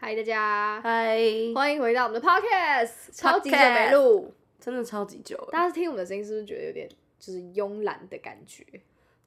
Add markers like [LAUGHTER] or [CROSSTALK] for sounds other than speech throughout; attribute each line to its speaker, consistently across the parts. Speaker 1: 嗨，大家，
Speaker 2: 嗨，
Speaker 1: 欢迎回到我们的 podcast，超级久没录，
Speaker 2: 真的超级久了。
Speaker 1: 大家听我们的声音是不是觉得有点就是慵懒的感觉？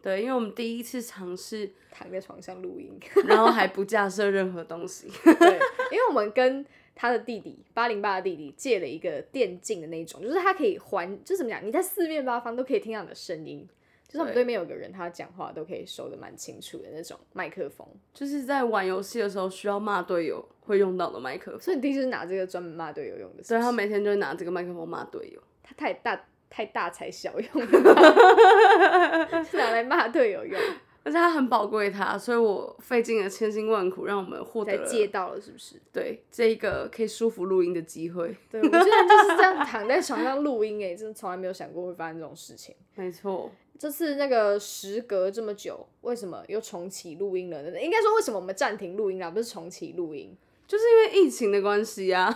Speaker 2: 对，因为我们第一次尝试，
Speaker 1: 躺在床上录音，
Speaker 2: 然后还不架设任何东西。 [LAUGHS]
Speaker 1: 对， [LAUGHS] 因为我们跟他的弟弟八零八的弟弟借了一个电竞的那种，就是他可以环，就是怎么讲，你在四面八方都可以听到你的声音，就是我们
Speaker 2: 对
Speaker 1: 对面有个人他讲话都可以收的蛮清楚的那种麦克风，
Speaker 2: 就是在玩游戏的时候需要骂队友会用到的麦克风，
Speaker 1: 所以你第一次拿这个专门骂队友用的，是
Speaker 2: 所以
Speaker 1: 不
Speaker 2: 他
Speaker 1: 是
Speaker 2: 每天就会拿这个麦克风骂队友。
Speaker 1: 他太大太大材小用了吧， [LAUGHS] 是拿来骂队友用。
Speaker 2: 但是他很宝贵它，所以我费尽了千辛万苦，让我们获
Speaker 1: 才
Speaker 2: 得了
Speaker 1: 借到了，是不是？ [LAUGHS]
Speaker 2: 对这一个可以舒服录音的机会。
Speaker 1: 对，我居然就是这样躺在床上录音、欸诶，真的从来没有想过会发生这种事情。
Speaker 2: 没错，
Speaker 1: 这次那个时隔这么久，为什么又重启录音了呢？应该说为什么我们暂停录音啦，不是重启录音？
Speaker 2: 就是因为疫情的关系啊，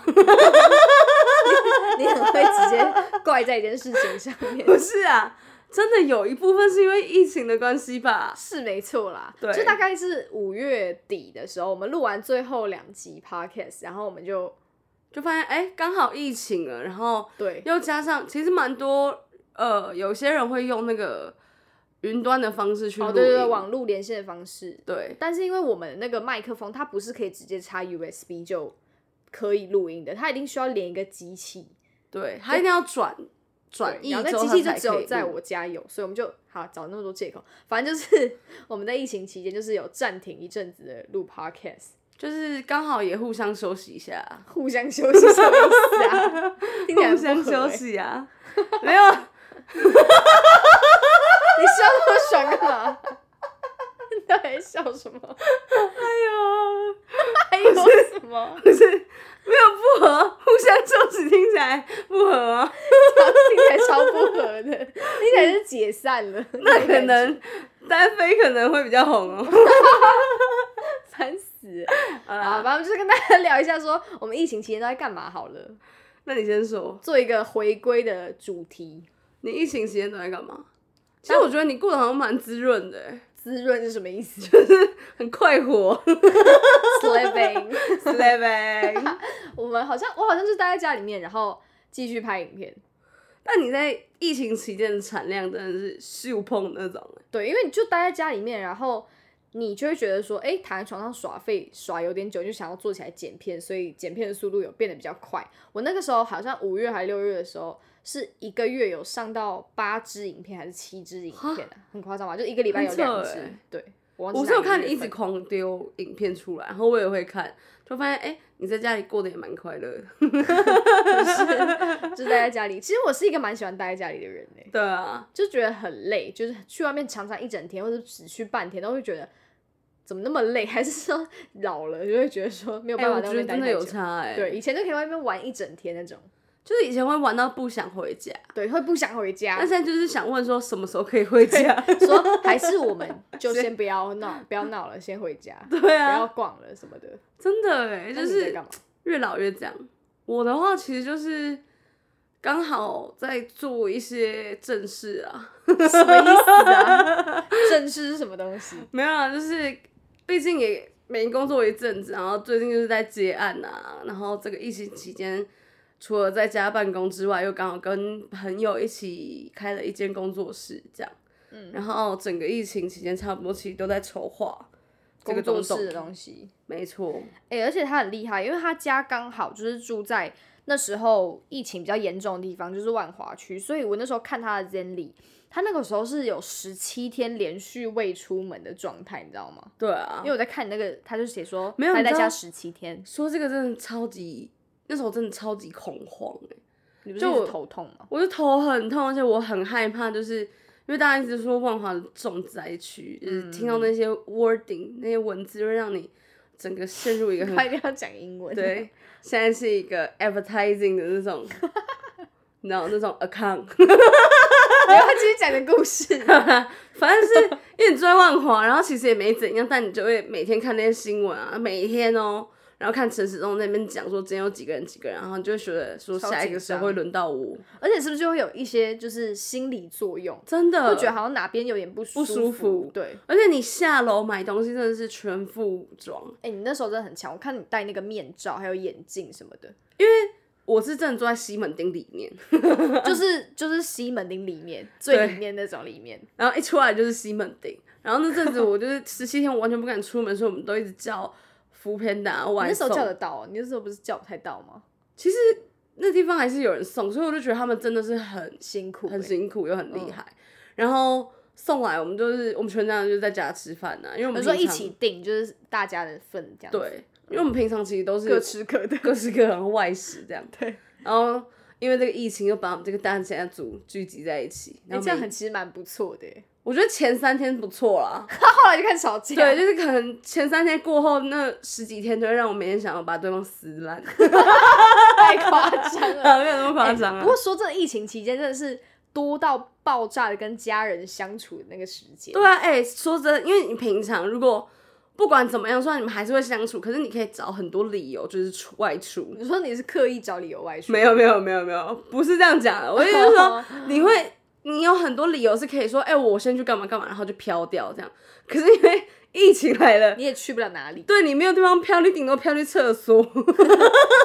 Speaker 1: 你很会直接怪在一件事情上面，
Speaker 2: [LAUGHS] 不是啊，真的有一部分是因为疫情的关系吧。
Speaker 1: 是没错啦。
Speaker 2: 对
Speaker 1: 就大概是五月底的时候，我们录完最后两集 podcast，然后我们就
Speaker 2: 就发现哎，刚、好疫情了，然后
Speaker 1: 对
Speaker 2: 又加上其实蛮多呃，有些人会用那个云端的方式去录
Speaker 1: 哦
Speaker 2: 音、
Speaker 1: 对对对，网路连线的方式，
Speaker 2: 对
Speaker 1: 但是因为我们那个麦克风，它不是可以直接插 USB 就可以录音的，它一定需要连一个机器，
Speaker 2: 对，他一定要转转
Speaker 1: 对
Speaker 2: 译
Speaker 1: 然
Speaker 2: 之
Speaker 1: 后
Speaker 2: 后
Speaker 1: 那
Speaker 2: 它才可以
Speaker 1: 机
Speaker 2: 录，
Speaker 1: 器就只有在我家有，所以我们就好找那么多借口，反正就是我们在疫情期间就是有暂停一阵子的录 podcast，
Speaker 2: 就是刚好也互相休息一下，啊
Speaker 1: 互相休息什么意思啊？听起来很
Speaker 2: 互
Speaker 1: 不
Speaker 2: 相
Speaker 1: 合欸，
Speaker 2: 休 [LAUGHS] 息啊，没有
Speaker 1: 你笑那么爽干
Speaker 2: 啊
Speaker 1: [LAUGHS] 嘛？你到底在笑什么？还有什
Speaker 2: [LAUGHS]
Speaker 1: 么？
Speaker 2: 不是没有不合，互相休息听起来不合
Speaker 1: [LAUGHS]
Speaker 2: 啊，
Speaker 1: 听起来超不合的，听起来是解散了。
Speaker 2: 那
Speaker 1: 种
Speaker 2: 可
Speaker 1: 感觉
Speaker 2: 能单飞可能会比较红哦。 [LAUGHS]
Speaker 1: 烦死呃了！
Speaker 2: 好
Speaker 1: 好，
Speaker 2: 啦，
Speaker 1: 反正就是跟大家 [LAUGHS] 聊一下说，我们疫情期间都在干嘛好了，
Speaker 2: 那你先说，
Speaker 1: 做一个回归的主题。
Speaker 2: 你疫情期间都在干嘛？其实我觉得你过得好像蛮滋润的、欸，
Speaker 1: 滋润是什么意思
Speaker 2: 很快活
Speaker 1: [LAUGHS] ？Slapping。
Speaker 2: s l a v i n
Speaker 1: [LAUGHS] 我们好像我好像是待在家里面，然后继续拍影片。
Speaker 2: 但你在疫情期间的产量真的是秀碰那种、欸，
Speaker 1: 对，因为你就待在家里面，然后你就会觉得说，哎、躺在床上耍废耍有点久，就想要坐起来剪片，所以剪片的速度有变得比较快。我那个时候好像五月还六月的时候，是一个月有上到八支影片还是七支影片啊，很夸张吧？就一个礼拜有
Speaker 2: 很扯
Speaker 1: 两支。
Speaker 2: 欸
Speaker 1: 对，我忘记
Speaker 2: 我是有
Speaker 1: 哪个
Speaker 2: 看
Speaker 1: 月
Speaker 2: 你一直
Speaker 1: 份
Speaker 2: [LAUGHS] 狂丢影片出来，然后我也会看，就发现哎、欸你在家里过得也蛮快乐的。
Speaker 1: [LAUGHS] 就是就待在家里。其实我是一个蛮喜欢待在家里的人呢、欸
Speaker 2: 对啊，
Speaker 1: 就觉得很累，就是去外面常常一整天，或者只去半天，都会觉得怎么那么累， [LAUGHS] 还是说老了就会觉得说没有
Speaker 2: 哎、
Speaker 1: 办法
Speaker 2: 我
Speaker 1: 在外
Speaker 2: 觉得
Speaker 1: 面待
Speaker 2: 真
Speaker 1: 太
Speaker 2: 的有
Speaker 1: 久。
Speaker 2: 差哎、欸，
Speaker 1: 对，以前就可以外面玩一整天那种，
Speaker 2: 就是以前会玩到不想回家，
Speaker 1: 对，会不想回家
Speaker 2: 但。现在就是想问说什么时候可以回
Speaker 1: [LAUGHS]
Speaker 2: 家？
Speaker 1: 说还是我们就先不要闹，不要闹了，先回家，
Speaker 2: 对
Speaker 1: 不要
Speaker 2: 啊，
Speaker 1: 逛了什么的。
Speaker 2: 真的哎、欸，
Speaker 1: 那
Speaker 2: 就
Speaker 1: 你在
Speaker 2: 是
Speaker 1: 干嘛？
Speaker 2: 越老越这样。我的话其实就是刚好在做一些正事啊，
Speaker 1: 什么意思
Speaker 2: [LAUGHS]
Speaker 1: 啊？正事是什么东西？
Speaker 2: 没有啊，就是毕竟也没工作一阵子，然后最近就是在接案啊，然后这个疫情期间。除了在家办公之外，又刚好跟朋友一起开了一间工作室，这样。
Speaker 1: 嗯，
Speaker 2: 然后整个疫情期间，差不多其实都在筹划这
Speaker 1: 工
Speaker 2: 个
Speaker 1: 作
Speaker 2: 东
Speaker 1: 室的哦
Speaker 2: 西。
Speaker 1: 东西。
Speaker 2: 没错，
Speaker 1: 哎、而且他很厉害，因为他家刚好就是住在那时候疫情比较严重的地方，就是万华区，所以我那时候看他的监理，他那个时候是有十七天连续未出门的状态，你知道吗？
Speaker 2: 对啊
Speaker 1: 因为。我在看那个，他就写说
Speaker 2: 没有
Speaker 1: 他
Speaker 2: 你
Speaker 1: 在
Speaker 2: 知道
Speaker 1: 家十七天，
Speaker 2: 说这个真的超级，那时候真的超级恐慌哎、
Speaker 1: 你不是
Speaker 2: 就
Speaker 1: 一直
Speaker 2: 我
Speaker 1: 头痛
Speaker 2: [LAUGHS]
Speaker 1: 吗？
Speaker 2: 我就头很痛，而且我很害怕，就是因为大家一直说万华的重灾区，
Speaker 1: 嗯
Speaker 2: 就是听到那些 wording 那些文字，会让你整个陷入一个很
Speaker 1: 他一定要讲英文。 [LAUGHS]
Speaker 2: 对，现在是一个 advertising 的那种，你知道那种 account， [LAUGHS]
Speaker 1: 你要继续讲你的故事。
Speaker 2: 反正是因为你住在万华，然后其实也没怎样，但你就会每天看那些新闻啊，每天哦、然后看陈时中那边讲说今天有几个人几个人，然后你就会觉得说
Speaker 1: 超
Speaker 2: 下一
Speaker 1: 紧
Speaker 2: 个时
Speaker 1: 张
Speaker 2: 候会轮到我，
Speaker 1: 而且是不是就会有一些就是心理作用，
Speaker 2: 真的
Speaker 1: 会觉得好像哪边有点不舒
Speaker 2: 呃不舒服
Speaker 1: 对，
Speaker 2: 而且你下楼买东西真的是全副武装，
Speaker 1: 哎、你那时候真的很强，我看你戴那个面罩还有眼镜什么的，
Speaker 2: 我是真的坐在西门町里面， [LAUGHS]
Speaker 1: 就是就是西门町里面最里面那种里面，
Speaker 2: 然后一出来就是西门町，然后那阵子我就是十七天我完全不敢出门，所以我们都一直叫福片达
Speaker 1: 你
Speaker 2: [LAUGHS] 啊外
Speaker 1: 那时
Speaker 2: 送
Speaker 1: 候。叫得到哦，你那时候不是叫不太到吗？
Speaker 2: 其实那地方还是有人送，所以我就觉得他们真的是很
Speaker 1: 辛苦、
Speaker 2: 很
Speaker 1: 欸
Speaker 2: 辛苦又很厉害。
Speaker 1: 嗯
Speaker 2: 然后送来我们就是我们全家人就在家吃饭啊呐、因为我
Speaker 1: 我
Speaker 2: 们
Speaker 1: 说
Speaker 2: 平
Speaker 1: 一
Speaker 2: 常
Speaker 1: 起订，就是大家的份这样子。，
Speaker 2: 对，因为我们平常其实都是
Speaker 1: 各吃各的。
Speaker 2: 各式各样的外食这样。
Speaker 1: 对，
Speaker 2: 然后因为这个疫情又把我们这个大家族聚集在一起，
Speaker 1: 那、
Speaker 2: 然后
Speaker 1: 这样
Speaker 2: 每
Speaker 1: 很其实蛮不错的欸。
Speaker 2: 我觉得前三天不错
Speaker 1: [LAUGHS]
Speaker 2: 啦，
Speaker 1: 他后来就开始吵架，
Speaker 2: [LAUGHS] 对，，就是可能前三天过后那十几天，就会让我每天想要把对方撕
Speaker 1: [LAUGHS]
Speaker 2: 烂，
Speaker 1: 太夸
Speaker 2: [LAUGHS]
Speaker 1: 张了。
Speaker 2: 啊没有那么夸张啊
Speaker 1: 不。过说真的，疫情期间真的是多到爆炸的跟家人相处的那个时间。
Speaker 2: 对啊，哎、说真的，因为你平常如果不管怎么样，虽然你们还是会相处，可是你可以找很多理由就是出外出。
Speaker 1: 你说你是刻意找理由外出？
Speaker 2: 没有没有没有没有，不是这样讲的，我意思
Speaker 1: [LAUGHS]
Speaker 2: 是说你会。你有很多理由是可以说，哎、我先去干嘛干嘛，然后就飘掉这样。可是因为疫情来了，，
Speaker 1: [LAUGHS] 你也去不了哪里
Speaker 2: 对你没有地方飘，你顶多飘去厕所。
Speaker 1: [LAUGHS]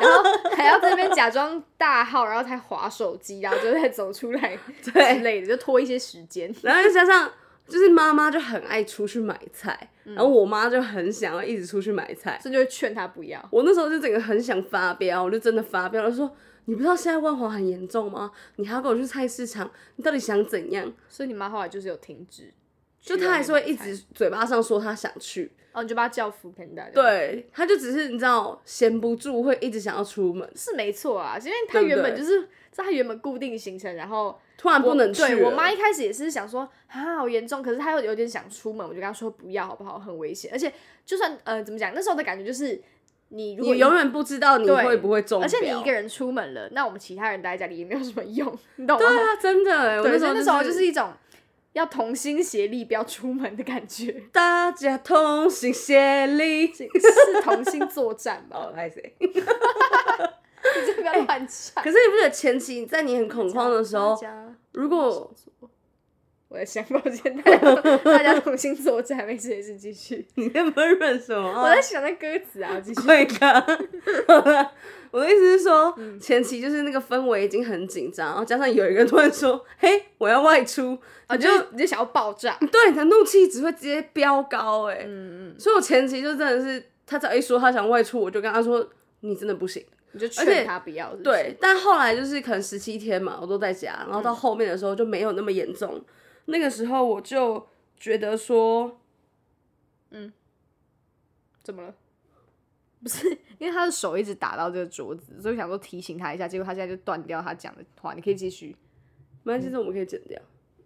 Speaker 1: 然后还要在那边假装大号，然后才划手机，然后就再走出
Speaker 2: [LAUGHS]
Speaker 1: 来之类的，就拖一些时间。
Speaker 2: 然后又加上就是妈妈就很爱出去买菜，
Speaker 1: 嗯
Speaker 2: 然后我妈就很想要一直出去买菜。
Speaker 1: 所以就会劝他不要。
Speaker 2: 我那时候就整个很想发飙，我就真的发飙了，说你不知道现在万华很严重吗？你还要跟我去菜市场，你到底想怎样？
Speaker 1: 所以你妈后来就是有停止，
Speaker 2: 就她还是会一
Speaker 1: 去外面买
Speaker 2: 直嘴巴上说她想去，
Speaker 1: 菜哦，你就把她叫福平大。
Speaker 2: 对，她就只是你知道闲不住，会一直想要出门，
Speaker 1: 是没错啊，因为他
Speaker 2: 对不
Speaker 1: 原本
Speaker 2: 对
Speaker 1: 就是在他原本固定行程，然后
Speaker 2: 突然
Speaker 1: 我
Speaker 2: 不能去
Speaker 1: 对我
Speaker 2: 了
Speaker 1: 妈一开始也是想说啊，好严重，可是她又有点想出门，我就跟她说不要好不好，很危险，而且就算呃怎么讲，那时候的感觉就是你如
Speaker 2: 你
Speaker 1: 果一
Speaker 2: 永远不知道你
Speaker 1: 对
Speaker 2: 会不会中
Speaker 1: 而且你
Speaker 2: 标
Speaker 1: 一个人出门了，那我们其他人待在家里也没有什么用，你懂吗
Speaker 2: 对？啊，真的哎，我
Speaker 1: 对，
Speaker 2: 那时
Speaker 1: 所以
Speaker 2: 候
Speaker 1: 那时候就是一种要同心协力不要出门的感觉， [LAUGHS]
Speaker 2: 大家同心协 [LAUGHS] 力。
Speaker 1: 是同心作战吧？ [LAUGHS]
Speaker 2: 哦，拍谁？
Speaker 1: 你真的不
Speaker 2: 哎
Speaker 1: 要乱讲。
Speaker 2: 可是你不觉得前期在你很恐慌的时候 [LAUGHS]
Speaker 1: 大，家
Speaker 2: 如果
Speaker 1: 我的想法现在大家同心作战，没事没事，继 [LAUGHS] 续。
Speaker 2: 你在闷闷什
Speaker 1: 我
Speaker 2: 么
Speaker 1: 在想那歌词啊，继续。
Speaker 2: 会的， [LAUGHS] 我的意思是说，前期就是那个氛围已经很紧张，然后加上有一个人突然说：“嘿，我要外出”，
Speaker 1: 啊，
Speaker 2: 你
Speaker 1: 就
Speaker 2: 就是
Speaker 1: 你就想要爆炸。
Speaker 2: 对你的怒气值会直接飙高哎、
Speaker 1: 嗯嗯，
Speaker 2: 所以我前期就真的是，他只要一说他想外出，我就跟他说：“你真的不行。”
Speaker 1: 你就
Speaker 2: 而且
Speaker 1: 劝他不要。是不是，嗯
Speaker 2: 对，但后来就是可能十七天嘛，我都在家，然后到后面的时候就没有那么严重。那个时候我就觉得说，
Speaker 1: 怎么了？不是，因为他的手一直打到这个桌子，所以我想说提醒他一下，结果他现在就断掉他讲的话。你可以继续，
Speaker 2: 没关系，这我们可以剪掉。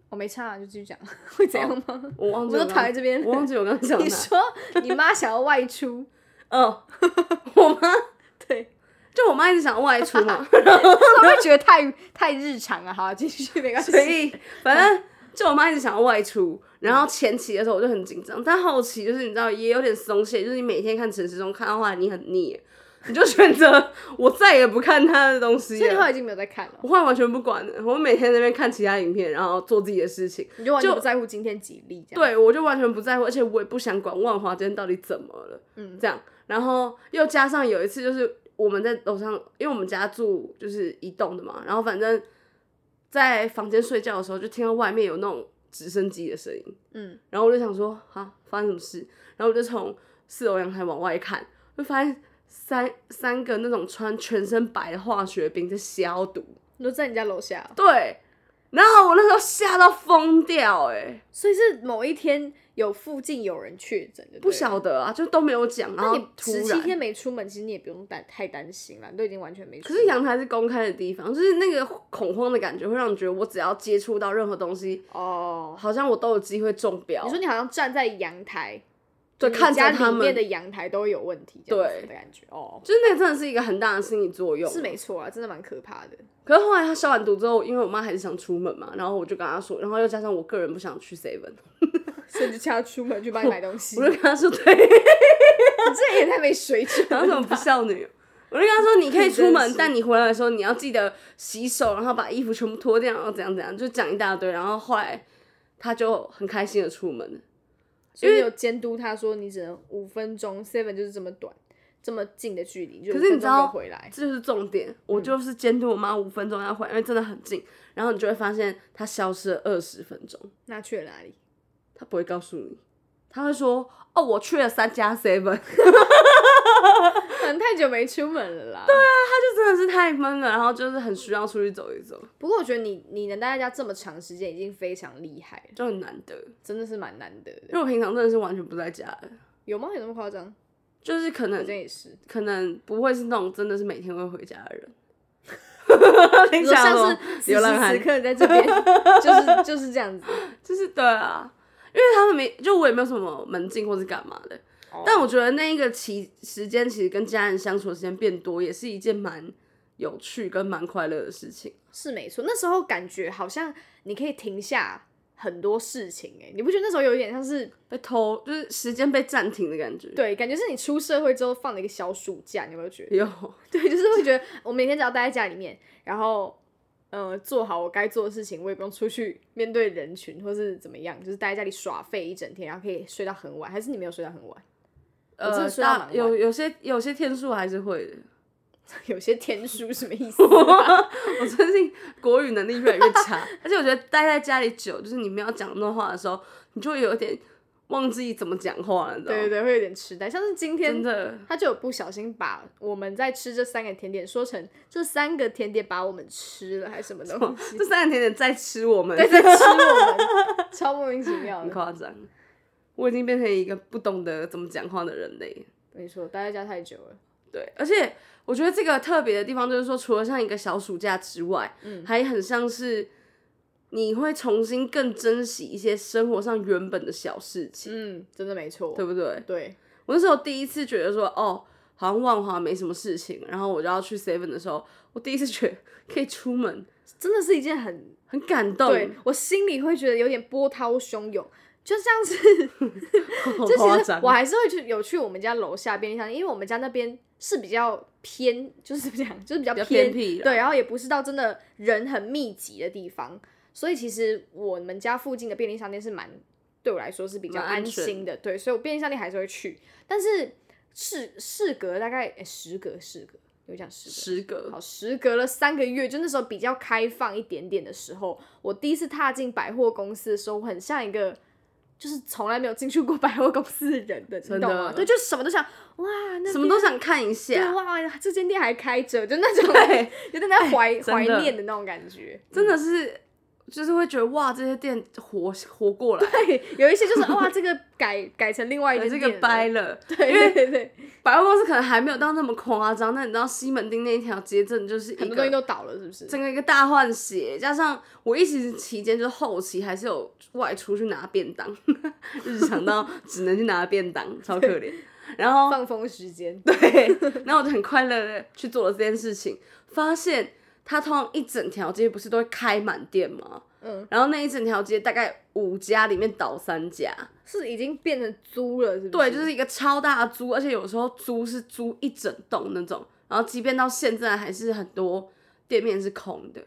Speaker 1: 我没差啊，就继续讲， [LAUGHS] 会怎样吗？
Speaker 2: 我忘
Speaker 1: 我们
Speaker 2: 记我
Speaker 1: 都
Speaker 2: 刚
Speaker 1: 躺在这边。
Speaker 2: 我忘记我刚刚
Speaker 1: [LAUGHS]
Speaker 2: 讲
Speaker 1: 你
Speaker 2: 哪。
Speaker 1: 说你妈想要外 [LAUGHS] 出，
Speaker 2: 哦， [LAUGHS] 我妈
Speaker 1: 对，
Speaker 2: 就我妈一直想外出
Speaker 1: [LAUGHS]
Speaker 2: 嘛，
Speaker 1: 会不会觉得太太日常啊？好，继续没关系。
Speaker 2: [LAUGHS] 所以反正就我妈一直想要外出。然
Speaker 1: 嗯
Speaker 2: 后前期的时候我就很紧张，但后期就是你知道也有点松懈，就是你每天看陈时中看到后来你很腻，你就选择我再也不看他的东西
Speaker 1: 所以你后
Speaker 2: 了。
Speaker 1: 来已经没有在看了，
Speaker 2: 我后来完全不管了，我每天在那边看其他影片，然后做自己的事情。
Speaker 1: 你就完全不在乎今天几例这样。
Speaker 2: 对，我就完全不在乎，而且我也不想管万华今天到底怎么了，
Speaker 1: 嗯
Speaker 2: 这样，然后又加上有一次就是我们在楼上，因为我们家住就是一栋的嘛，然后反正在房间睡觉的时候就听到外面有那种直升机的声音，
Speaker 1: 嗯，
Speaker 2: 然后我就想说啊，发生什么事？然后我就从四楼阳台往外看，就发现三三个那种穿全身白的化学兵在消毒，
Speaker 1: 你就在你家楼下哦，
Speaker 2: 对，然后我那时候吓到疯掉、欸，哎，
Speaker 1: 所以是某一天有附近有人确诊，
Speaker 2: 不
Speaker 1: 想。
Speaker 2: 晓得啊，就都没有讲，然
Speaker 1: 那
Speaker 2: 后
Speaker 1: 你
Speaker 2: 突
Speaker 1: 十七
Speaker 2: 然。
Speaker 1: 天没出门，其实你也不用担太担心了，你都已经完全没出
Speaker 2: 可啊
Speaker 1: 门。
Speaker 2: 是阳台是公开的地方，就是那个恐慌的感觉，会让你觉得我只要接触到任何东西，
Speaker 1: 哦，
Speaker 2: 好像我都有机会中标。
Speaker 1: 你说你好像站在阳台，
Speaker 2: 对，
Speaker 1: 你
Speaker 2: 看
Speaker 1: 家
Speaker 2: 着
Speaker 1: 里
Speaker 2: 他们，
Speaker 1: 面
Speaker 2: 就
Speaker 1: 的阳台都有问题，这样子
Speaker 2: 对
Speaker 1: 的感觉哦，
Speaker 2: 是那个真的是一个很大的心理作用。
Speaker 1: 是没错啊，真的蛮可怕的。
Speaker 2: 可是后来他消完毒之后，因为我妈还是想出门嘛，然后我就跟她说，然后又加上我个人不想去 seven，
Speaker 1: 所以你就叫他出门去帮你买东西
Speaker 2: 我就，跟她说，对，
Speaker 1: 这也太没水准
Speaker 2: [LAUGHS] 然后怎
Speaker 1: 了
Speaker 2: 么不
Speaker 1: 吧。
Speaker 2: 孝女？我就跟他说，你可以出
Speaker 1: [LAUGHS] 真
Speaker 2: 门
Speaker 1: 是，
Speaker 2: 但你回来的时候你要记得洗手，然后把衣服全部脱掉，然后怎样怎样，就讲一大堆。然后后来他就很开心的出门了，
Speaker 1: 因为有监督他说你只能五分钟，seven 就是这么短，这么近的距离，就
Speaker 2: 可
Speaker 1: 五
Speaker 2: 是你
Speaker 1: 分
Speaker 2: 知
Speaker 1: 钟没有
Speaker 2: 道
Speaker 1: 回来。
Speaker 2: 这就是重点。我就是监督我妈五分钟要回来，因为真的很近。然后你就会发现她消失了二十分钟，
Speaker 1: 那去了哪里？
Speaker 2: 她不会告诉你，她会说：“哦，我去了三家 seven。” [LAUGHS]
Speaker 1: 可能太久没出门了啦。对啊。
Speaker 2: 她就真的是太闷了，然后就是很需要出去走一走，
Speaker 1: 不过我觉得你你能待在家这么长时间，已经非常厉害了，
Speaker 2: 就很难得。
Speaker 1: 真的是蛮难得
Speaker 2: 因
Speaker 1: 的。
Speaker 2: 为我平常真的是完全不在家的，
Speaker 1: 有吗？有那么夸张？
Speaker 2: 就是可能
Speaker 1: 好像也是。
Speaker 2: 可能不会是那种真的是每天会回家
Speaker 1: [LAUGHS]
Speaker 2: 的人。
Speaker 1: 你
Speaker 2: 你
Speaker 1: 说
Speaker 2: 想
Speaker 1: 像
Speaker 2: 哦
Speaker 1: 是此
Speaker 2: 流浪
Speaker 1: 时此
Speaker 2: 汉，
Speaker 1: 刻在这边，就是就是这样子。
Speaker 2: 就是对啊，因为他们没，就我也没有什么门禁或是干嘛的。
Speaker 1: 哦
Speaker 2: 但我觉得那一个期时间，其实跟家人相处的时间变多，也是一件蛮有趣跟蛮快乐的事情。
Speaker 1: 是没错，那时候感觉好像你可以停下很多事情、欸，哎，你不觉得那时候有一点像是
Speaker 2: 被偷就是时间被暂停的感觉。，
Speaker 1: 对，感觉是你出社会之后放了一个小暑假，你有没有觉得？
Speaker 2: 有
Speaker 1: [LAUGHS] 对，就是会觉得我每天只要待在家里面，然后呃做好我该做的事情，我也不用出去面对人群或是怎么样，就是待在家里耍废一整天，然后可以睡到很晚，还是你没有睡到很晚？ [LAUGHS] 我真
Speaker 2: 呃
Speaker 1: 的，睡到蛮
Speaker 2: 大
Speaker 1: 晚
Speaker 2: 有有些有些天数还是会的。
Speaker 1: 有些天书什么意思？
Speaker 2: [LAUGHS]
Speaker 1: 啊
Speaker 2: 我最近国语能力越来越差， [LAUGHS] 而且我觉得待在家里久，就是你们要讲那段话的时候，你就会有点忘记怎么讲话了，你知道
Speaker 1: 对对对，
Speaker 2: 吗？
Speaker 1: 会有点痴呆，像是今天
Speaker 2: 真的，
Speaker 1: 他就有不小心把我们在吃这三个甜点说成这三个甜点把我们吃了，还是什么东西？
Speaker 2: 这三个甜点在吃我们，
Speaker 1: 对，在吃我们，超莫名其妙
Speaker 2: 很
Speaker 1: 的。
Speaker 2: 夸张。我已经变成一个不懂得怎么讲话的人类。
Speaker 1: 没错，待在家太久了，
Speaker 2: 对，而且我觉得这个特别的地方就是说，除了像一个小暑假之外，还很像是你会重新更珍惜一些生活上原本的小事情，
Speaker 1: 嗯，真的没错，
Speaker 2: 对不对？
Speaker 1: 对，
Speaker 2: 我那时候第一次觉得说，哦，好像万华没什么事情，然后我就要去 Seven 的时候，我第一次觉得可以出门，
Speaker 1: 真的是一件很，
Speaker 2: 很感动。
Speaker 1: 对我心里会觉得有点波涛汹涌，就像是，
Speaker 2: 好
Speaker 1: 就
Speaker 2: 夸
Speaker 1: 其实
Speaker 2: 张
Speaker 1: 我。还是会去有去我们家楼下便利商店，因为我们家那边是比较偏，就是这样，就是比较
Speaker 2: 比较
Speaker 1: 偏
Speaker 2: 偏僻啦
Speaker 1: 对，然后也不是到真的人很密集的地方，所以其实我们家附近的便利商店是蛮对我来说是比较
Speaker 2: 蛮安
Speaker 1: 安
Speaker 2: 全
Speaker 1: 心的，对，所以我便利商店还是会去，但是事事隔大概诶时隔事隔有讲时隔
Speaker 2: 十个
Speaker 1: 好，时隔了三个月，就那时候比较开放一点点的时候，我第一次踏进百货公司的时候，我很像一个就是从来没有进去过百货公司的人的，你
Speaker 2: 真
Speaker 1: 懂
Speaker 2: 的
Speaker 1: 吗？对，就什么都想哇，那
Speaker 2: 什么都想看一
Speaker 1: 对
Speaker 2: 下，
Speaker 1: 哇，这间店还开着，就那种
Speaker 2: 对
Speaker 1: 有点在怀
Speaker 2: 真的
Speaker 1: 怀念的那种感觉。
Speaker 2: 真的是就是会觉得哇，这些店活活过来，
Speaker 1: 对，有一些就是哇，这个改改成另外一间
Speaker 2: 这
Speaker 1: 店
Speaker 2: 个
Speaker 1: 了
Speaker 2: 掰了。
Speaker 1: 对对对对，
Speaker 2: 百货公司可能还没有到那么夸张，但你知道西门町那一条街真的就是一
Speaker 1: 很多东西
Speaker 2: 个
Speaker 1: 都倒了，是不是？
Speaker 2: 整个一个大换血，加上我疫情期间就是后期还是有外出去拿便当， [LAUGHS] 日常到只能去拿便当，超可
Speaker 1: [LAUGHS]
Speaker 2: 怜。然后
Speaker 1: 放风时间，
Speaker 2: 对，然后我就很快乐的去做了这件事情，发现它通常一整条街不是都会开满店吗？
Speaker 1: 嗯，
Speaker 2: 然后那一整条街大概五家里面倒三家，
Speaker 1: 是已经变成租了，是不是？
Speaker 2: 对，就是一个超大的租，而且有时候租是租一整栋那种，然后即便到现在还是很多店面是空的，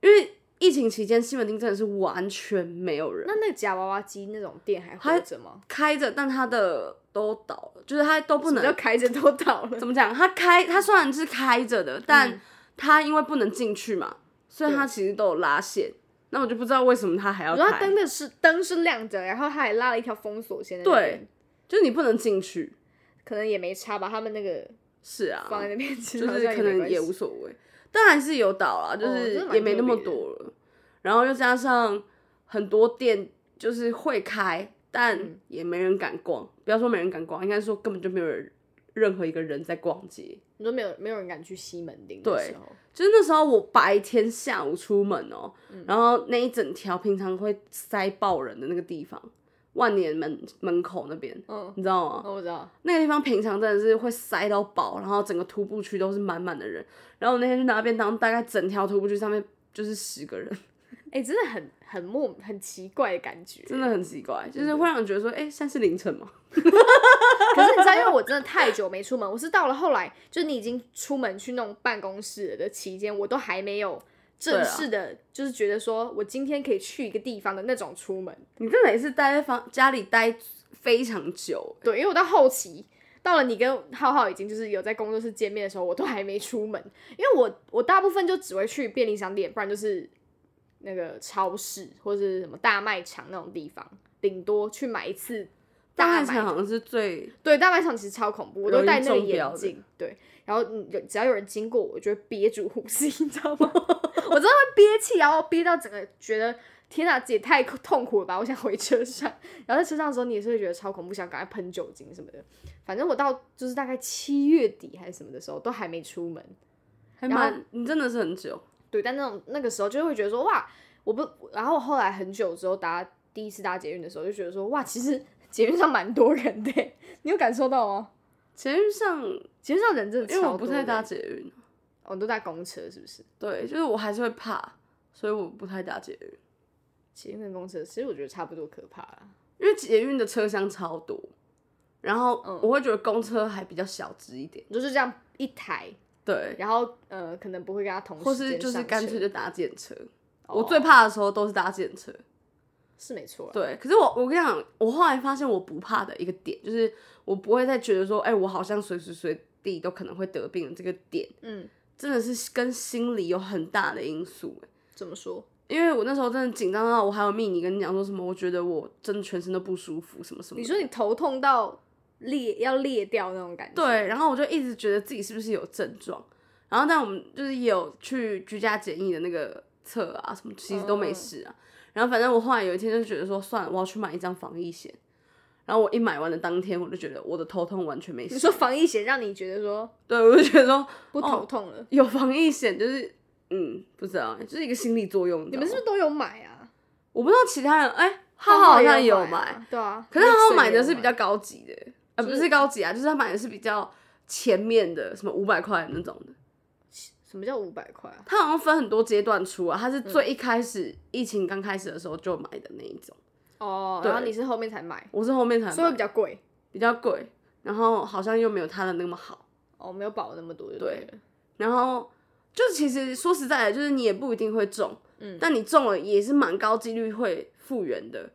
Speaker 2: 因为疫情期间西门町真的是完全没有人
Speaker 1: 那，那个夹娃娃机那种店还活
Speaker 2: 还
Speaker 1: 着吗？
Speaker 2: 开着，但它的都倒了，就是它都不
Speaker 1: 只要
Speaker 2: 能
Speaker 1: 开着都倒了
Speaker 2: 怎。么讲，它开它虽然是开着的，但
Speaker 1: 嗯
Speaker 2: 它因为不能进去嘛，所以它其实都有拉线，那我就不知道为什么它还要
Speaker 1: 然后它
Speaker 2: 开
Speaker 1: 灯，的是灯是亮着，然后他还拉了一条封锁线在那边
Speaker 2: 对，，就是你不能进去，
Speaker 1: 可能也没差吧，他们那个
Speaker 2: 是啊，
Speaker 1: 放在那边，其实
Speaker 2: 就
Speaker 1: 好
Speaker 2: 是
Speaker 1: 像
Speaker 2: 可
Speaker 1: 没
Speaker 2: 能
Speaker 1: 关
Speaker 2: 也
Speaker 1: 系
Speaker 2: 无所谓，但还是有倒啦，就
Speaker 1: 哦
Speaker 2: 是
Speaker 1: 真的蛮
Speaker 2: 也没那么
Speaker 1: 特别的
Speaker 2: 多了。然后又加上很多店就是会开，但
Speaker 1: 嗯
Speaker 2: 也没人敢逛。不要说没人敢逛，应该说根本就没有人任何一个人在逛街。
Speaker 1: 你说没有没有人敢去西门町的
Speaker 2: 对
Speaker 1: 时候，
Speaker 2: 就是那时候我白天下午出门哦、
Speaker 1: 嗯
Speaker 2: 然后那一整条平常会塞爆人的那个地方，万年门门口那边，
Speaker 1: 嗯，
Speaker 2: 你知道吗？
Speaker 1: 哦我知道，
Speaker 2: 那个地方平常真的是会塞到爆，然后整个徒步区都是满满的人。然后我那天去拿便当，大概整条徒步区上面就是十个人， [LAUGHS]
Speaker 1: 哎、真的很很莫很奇怪的感觉。
Speaker 2: 真的很奇怪，就是会让人觉得说，哎、现在是凌晨嘛，
Speaker 1: 可是你知道，因为我真的太久没出门，我是到了后来，就是你已经出门去弄办公室的期间，我都还没有正
Speaker 2: 啊
Speaker 1: 式的，就是觉得说我今天可以去一个地方的那种出门。
Speaker 2: 你真的也是待在房家里待非常久，
Speaker 1: 对，因为我到后期，到了你跟浩浩已经就是有在工作室见面的时候，我都还没出门，因为我我大部分就只会去便利商店，不然就是那个超市或是什么大卖场那种地方，顶多去买一次
Speaker 2: 大
Speaker 1: 大
Speaker 2: 卖
Speaker 1: 卖
Speaker 2: 场好像是最
Speaker 1: 对，大卖场其实超恐怖，我
Speaker 2: 容
Speaker 1: 都
Speaker 2: 易
Speaker 1: 戴那个
Speaker 2: 中标
Speaker 1: 眼
Speaker 2: 的
Speaker 1: 镜，对，然后你只要有人经过我，我就会憋住呼吸，你知道吗？ [LAUGHS] 我真的会憋气，然后憋到整个觉得天哪，这也太痛苦了吧！我想回车上，然后在车上的时候，你也是会觉得超恐怖，想赶快喷酒精什么的。反正我到就是大概七月底还是什么的时候，都还没出门，
Speaker 2: 还
Speaker 1: 然后
Speaker 2: 蛮，你真的是很久，
Speaker 1: 对，但那种那个时候就会觉得说哇，我不，然后我后来很久之后搭第一次搭捷运的时候，就觉得说哇，其实捷运上蛮多人的，欸你有感受到吗？
Speaker 2: 捷运上，因
Speaker 1: 其实上人真的
Speaker 2: 为
Speaker 1: 超
Speaker 2: 我不
Speaker 1: 多
Speaker 2: 太
Speaker 1: 的欸
Speaker 2: 搭捷运，啊
Speaker 1: 哦，你都搭公车是不是？
Speaker 2: 对，就是我还是会怕，所以我不太搭捷运，
Speaker 1: 捷运跟公车，其实我觉得差不多可怕啦。
Speaker 2: 因为捷运的车厢超多，然后
Speaker 1: 嗯
Speaker 2: 我会觉得公车还比较小只一点，
Speaker 1: 就是这样一台，
Speaker 2: 对，
Speaker 1: 然后呃，可能不会跟他同时
Speaker 2: 或
Speaker 1: 间
Speaker 2: 是就是
Speaker 1: 上
Speaker 2: 干
Speaker 1: 车
Speaker 2: 脆就搭电车，
Speaker 1: 哦
Speaker 2: 我最怕的时候都是搭电车。
Speaker 1: 是没错啦。
Speaker 2: 对，可是我我跟你讲，我后来发现我不怕的一个点，就是我不会再觉得说，哎、我好像随时随地都可能会得病的这个点，
Speaker 1: 嗯，
Speaker 2: 真的是跟心理有很大的因素、哎
Speaker 1: 怎么说？
Speaker 2: 因为我那时候真的紧张到，我还有命你跟你讲说什么，我觉得我真的全身都不舒服，什么什么的。
Speaker 1: 你说你头痛到裂要裂掉那种感觉，，
Speaker 2: 对，然后我就一直觉得自己是不是有症状，然后但我们就是也有去居家检疫的那个测啊，什么其实都没
Speaker 1: 嗯
Speaker 2: 事啊。然后反正我后来有一天就觉得说，算了，我要去买一张防疫险。然后我一买完的当天，我就觉得我的头痛完全没
Speaker 1: 你
Speaker 2: 事。
Speaker 1: 说防疫险让你觉得说
Speaker 2: 对，我就觉得说
Speaker 1: 不头痛了，
Speaker 2: 有防疫险就是，嗯，不知道，就是一个心理作用。
Speaker 1: 你
Speaker 2: 知
Speaker 1: 们
Speaker 2: 道
Speaker 1: 是不
Speaker 2: 吗
Speaker 1: 是都有买啊？
Speaker 2: 我不知道其他人，哎，浩
Speaker 1: 浩
Speaker 2: 浩好
Speaker 1: 也
Speaker 2: 像有
Speaker 1: 买啊
Speaker 2: 买，，
Speaker 1: 对啊，
Speaker 2: 可是浩浩
Speaker 1: Nixon
Speaker 2: 买
Speaker 1: 也
Speaker 2: 的
Speaker 1: 有
Speaker 2: 是比较高级的，呃，不是高级啊，就是他买的是比较前面的，什么五百块那种的。
Speaker 1: 什么叫五百块啊？
Speaker 2: 它好像分很多阶段出啊，它
Speaker 1: 嗯
Speaker 2: 是最一开始、疫情刚开始的时候就买的那一种，
Speaker 1: 哦，然后
Speaker 2: 对
Speaker 1: 你是后面才买，
Speaker 2: 我是后面才
Speaker 1: 所以会
Speaker 2: 买，
Speaker 1: 比较贵
Speaker 2: 比较贵，然后好像又没有它的那么好，
Speaker 1: 哦，没有保那么多就
Speaker 2: 对
Speaker 1: 了
Speaker 2: 然后就其实说实在的，就是你也不一定会中，
Speaker 1: 嗯
Speaker 2: 但你中了也是蛮高几率会复原的，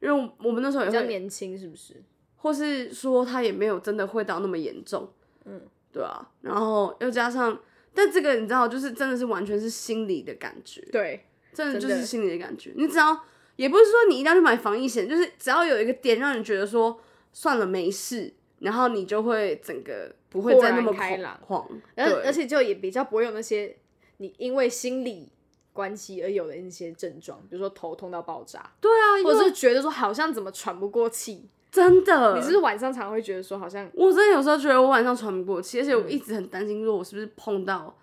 Speaker 2: 因为我们那时候也
Speaker 1: 比较
Speaker 2: 会，
Speaker 1: 年轻是不是？
Speaker 2: 或是说它也没有真的会到那么严重，
Speaker 1: 嗯，
Speaker 2: 对啊，然后又加上，但这个你知道，就是真的是完全是心理的感觉，
Speaker 1: 对，
Speaker 2: 真的
Speaker 1: 真
Speaker 2: 就
Speaker 1: 的
Speaker 2: 是心里的感觉。你只要也不是说你一定要去买防疫险，就是只要有一个点让你觉得说算了没事，然后你就会整个不会
Speaker 1: 豁
Speaker 2: 再那
Speaker 1: 然
Speaker 2: 么
Speaker 1: 开
Speaker 2: 恐
Speaker 1: 朗
Speaker 2: 慌。
Speaker 1: 然后而
Speaker 2: 对，
Speaker 1: 且就也比较不会有那些你因为心理关系而有的那些症状，比如说头痛到爆炸，
Speaker 2: 对啊，
Speaker 1: 或者
Speaker 2: 又
Speaker 1: 是觉得说好像怎么喘不过气。
Speaker 2: 真的，
Speaker 1: 你是不是晚上常会觉得说好像
Speaker 2: 我真的有时候觉得我晚上喘不过气，而且
Speaker 1: 嗯
Speaker 2: 我一直很担心说我是不是碰到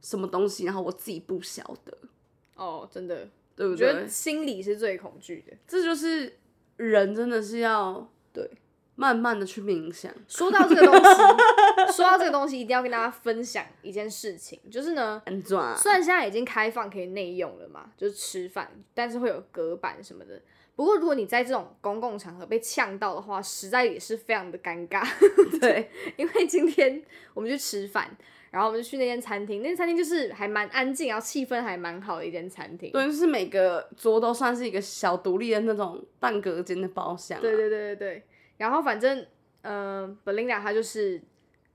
Speaker 2: 什么东西，然后我自己不晓得，
Speaker 1: 哦，真的，
Speaker 2: 对不
Speaker 1: 我觉
Speaker 2: 对
Speaker 1: 得？心理是最恐惧的。
Speaker 2: 这就是人真的是要
Speaker 1: 对。
Speaker 2: 慢慢的去冥想，
Speaker 1: 说到这个东
Speaker 2: [LAUGHS]
Speaker 1: 西，说到这个东西，一定要跟大家分享一件事情，就是呢，
Speaker 2: 安啊装
Speaker 1: 虽然现在已经开放可以内用了嘛，就是吃饭，但是会有隔板什么的。不过如果你在这种公共场合被呛到的话，实在也是非常的尴尬。 [LAUGHS]
Speaker 2: 对，
Speaker 1: 因为今天我们去吃饭，然后我们就去那间餐厅，那间餐厅就是还蛮安静，然后气氛还蛮好的一间餐厅。
Speaker 2: 对，就是每个桌都算是一个小独立的那种半隔间的包厢、啊。
Speaker 1: 对对对对对。然后反正，嗯、呃、，Belinda 她就是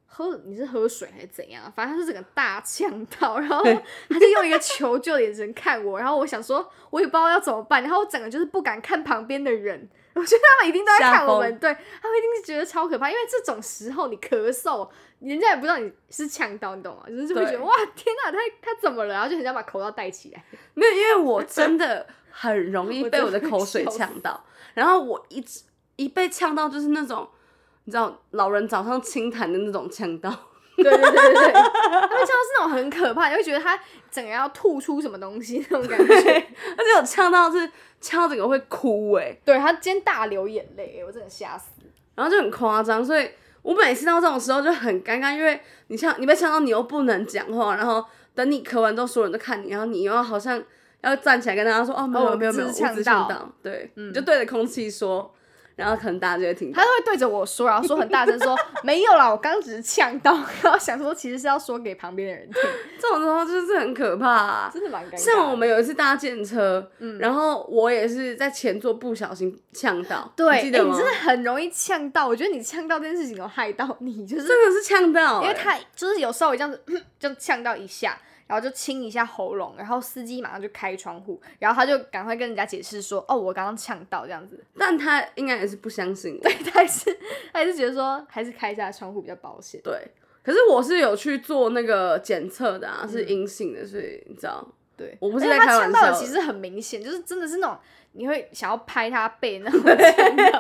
Speaker 1: 喝，你是喝水还是怎样？反正她是整个大呛到，然后 [LAUGHS] 她就用一个求救的眼神看我，然后我想说，我也不知道要怎么办，然后我整个就是不敢看旁边的人。 [LAUGHS] 我觉得他们一定都在
Speaker 2: 吓
Speaker 1: 看我
Speaker 2: 疯
Speaker 1: 们，对他们一定是觉得超可怕，因为这种时候你咳嗽，人家也不知道你是呛到，你懂吗？就是会觉得
Speaker 2: 对
Speaker 1: 哇天哪，他他怎么了？然后就很想把口罩戴起来。
Speaker 2: 没有，因为我真的很容
Speaker 1: [LAUGHS]
Speaker 2: 易
Speaker 1: 我
Speaker 2: 被
Speaker 1: 真
Speaker 2: 我的
Speaker 1: 的
Speaker 2: 口水
Speaker 1: 笑死
Speaker 2: 呛到，然后我一直一被呛到就是那种，你知道老人早上清痰的那种呛到， [LAUGHS]
Speaker 1: 对对对对 [LAUGHS] 对，他们呛到是那种很可怕，你会觉得他整个要吐出什么东西那种感觉。
Speaker 2: 而且我呛到是呛到整个会哭哎、
Speaker 1: [LAUGHS] 对他今天大流眼泪，我真的吓死。
Speaker 2: 然后就很夸张，所以我每次到这种时候就很尴尬，因为你呛你被呛到，你又不能讲话，然后等你咳完之后，所有人都看你，然后你又要好像要站起来跟大家说哦，没有
Speaker 1: 我
Speaker 2: 没有
Speaker 1: 只
Speaker 2: 没有，我
Speaker 1: 是呛
Speaker 2: 只是
Speaker 1: 到嗯
Speaker 2: 呛到，对，你就对着空气说，然后可能大家就会听
Speaker 1: [LAUGHS] 他。
Speaker 2: 到
Speaker 1: 会对着我说，然后说很大声说没有啦，我刚只是呛到，然后想说其实是要说给旁边的人听，
Speaker 2: 这种时候就是很可怕、啊，
Speaker 1: [LAUGHS] 真的蛮尴尬嗯的。
Speaker 2: 像我们有一次搭建车，然后我也是在前座不小心呛到，
Speaker 1: 对，
Speaker 2: 你记
Speaker 1: 欸
Speaker 2: 得
Speaker 1: 你
Speaker 2: 吗？
Speaker 1: 真的很容易呛到，我觉得你呛到这件事情有害到你，就是
Speaker 2: 真的是呛到、
Speaker 1: 因为
Speaker 2: 欸
Speaker 1: 他就是有稍微这样子 [COUGHS] 就呛到一下，然后就清一下喉咙，然后司机马上就开窗户，然后他就赶快跟人家解释说，哦，我刚刚呛到这样子，
Speaker 2: 但他应该也是不相信我，
Speaker 1: 对， [LAUGHS] 他还是他还是觉得说还是开一下窗户比较保险。
Speaker 2: 对。可是我是有去做那个检测的啊，是
Speaker 1: 嗯
Speaker 2: 阴性的，所以你知道，
Speaker 1: 对，
Speaker 2: 我不是
Speaker 1: 而且
Speaker 2: 在
Speaker 1: 他
Speaker 2: 开
Speaker 1: 呛
Speaker 2: 玩
Speaker 1: 到的
Speaker 2: 笑
Speaker 1: 其
Speaker 2: 的
Speaker 1: 实很明显，就是真的是那种你会想要拍他背
Speaker 2: [LAUGHS]
Speaker 1: 那种呛到，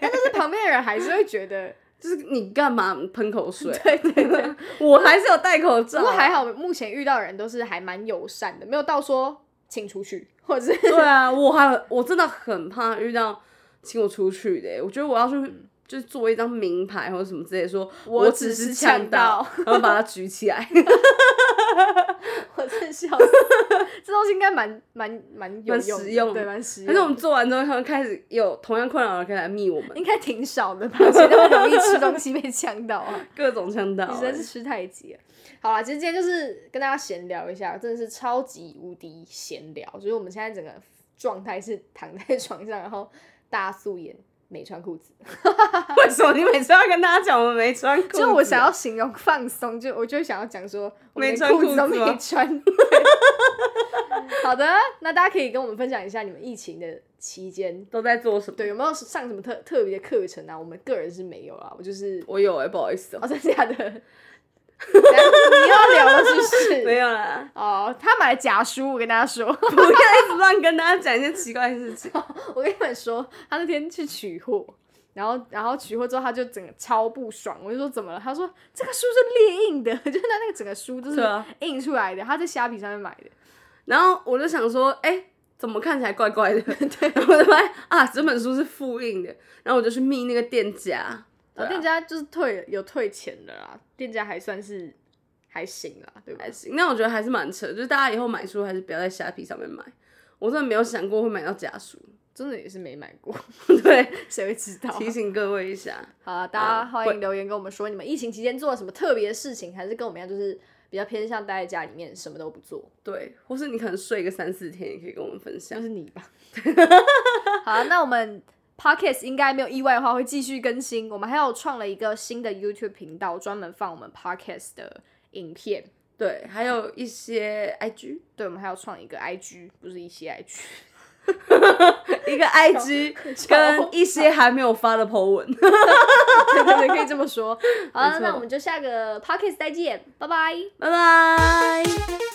Speaker 1: 但就是旁边的人还是会觉得，
Speaker 2: 就是你干嘛喷口水？
Speaker 1: 对对对。
Speaker 2: 我还是有戴口罩，啊
Speaker 1: 不过还。好，目前遇到的人都是还蛮友善的，没有到说请出去，或者是
Speaker 2: [LAUGHS] 对啊，我还我真的很怕遇到请我出去的欸，我觉得我要去。就是做一张名牌或者什么之类的说
Speaker 1: 嗯我
Speaker 2: 我
Speaker 1: 只是
Speaker 2: 是
Speaker 1: 呛
Speaker 2: 到
Speaker 1: 到，
Speaker 2: 然后把它举起
Speaker 1: [LAUGHS]
Speaker 2: 来，
Speaker 1: 我真的笑死，这东西应该蛮蛮蛮有
Speaker 2: 蛮
Speaker 1: 用的，
Speaker 2: 实用
Speaker 1: 对，
Speaker 2: 的
Speaker 1: 蛮实
Speaker 2: 但是我
Speaker 1: 用
Speaker 2: 们
Speaker 1: 的。
Speaker 2: 做完之后，他们开始有同样困扰的人可以来密我们，
Speaker 1: 应该挺少的吧？谁那么容易吃东西被呛到啊？
Speaker 2: 各种呛到
Speaker 1: 你实
Speaker 2: 欸、
Speaker 1: 在是吃太急了。好啦，其实今天就是跟大家闲聊一下，真的是超级无敌闲聊。就是我们现在整个状态是躺在 [LAUGHS] 床上，然后大素颜，没穿裤子。
Speaker 2: 为什么你每次要跟大家讲我们没穿裤子？
Speaker 1: 就我想要形容放松，就我就想要讲说，我们
Speaker 2: 没
Speaker 1: 连
Speaker 2: 穿
Speaker 1: 裤
Speaker 2: 裤
Speaker 1: 子都
Speaker 2: 子哦
Speaker 1: 没
Speaker 2: 吗
Speaker 1: 穿。 [LAUGHS] 好的，那大家可以跟我们分享一下你们疫情的期间，
Speaker 2: 都在做什么？
Speaker 1: 对有没有上什么特特别的课程啊？我们个人是没有啦，我就是
Speaker 2: 我有哎、不好意思、哦
Speaker 1: 哦，真的假 [LAUGHS] 的？等下你又要聊了是不
Speaker 2: 没
Speaker 1: 是？
Speaker 2: 有啦，
Speaker 1: 哦，他买了假书，我跟大家说，
Speaker 2: 不要一直乱跟大家讲一些奇怪的事情。
Speaker 1: [LAUGHS] 我跟你们说，他那天去取货，然后然后取货之后，他就整个超不爽。我就说怎么了？他说这个书是列印的， [LAUGHS] 就是他那个整个书都是
Speaker 2: 对啊
Speaker 1: 印出来的，他在虾皮上面买的。
Speaker 2: 然后我就想说，哎、怎么看起来怪怪的？对，然 [LAUGHS] 后我就发现啊，整本书是复印的。然后我就去密那个店家，
Speaker 1: 然后
Speaker 2: 对啊
Speaker 1: 店家就是退了有退钱的啦，店家还算是还行啦，对吧
Speaker 2: 还？行。那我觉得还是蛮扯，就是大家以后买书还是不要在虾皮上面买。我真的没有想过会买到假书，
Speaker 1: 真的也是没买过， [LAUGHS]
Speaker 2: 对，
Speaker 1: 谁会知道啊、
Speaker 2: 提醒各位一下。
Speaker 1: 好啊，大家
Speaker 2: 嗯
Speaker 1: 欢
Speaker 2: 会
Speaker 1: 迎留言跟我们说，你们疫情期间做了什么特别的事情，还是跟我们一样，就是比较偏向待在家里面什么都不做，
Speaker 2: 对，或是你可能睡个三四天，也可以跟我们分享
Speaker 1: 就。是你吧。好啊，那我们 podcast 应该没有意外的话会继续更新，我们还有创了一个新的 YouTube 频道，专门放我们 podcast 的影片。
Speaker 2: 对，还有一些 IG，
Speaker 1: 对，我们还要创一个 IG，不是一些 IG。
Speaker 2: 一个
Speaker 1: [LAUGHS]
Speaker 2: IG 跟一些还没有发的 po 文。 [LAUGHS]
Speaker 1: 对对对，可以 [LAUGHS] 这么说。好
Speaker 2: 没
Speaker 1: 了，
Speaker 2: 错
Speaker 1: 那我们就下个 podcast 再见，拜拜。
Speaker 2: 拜拜。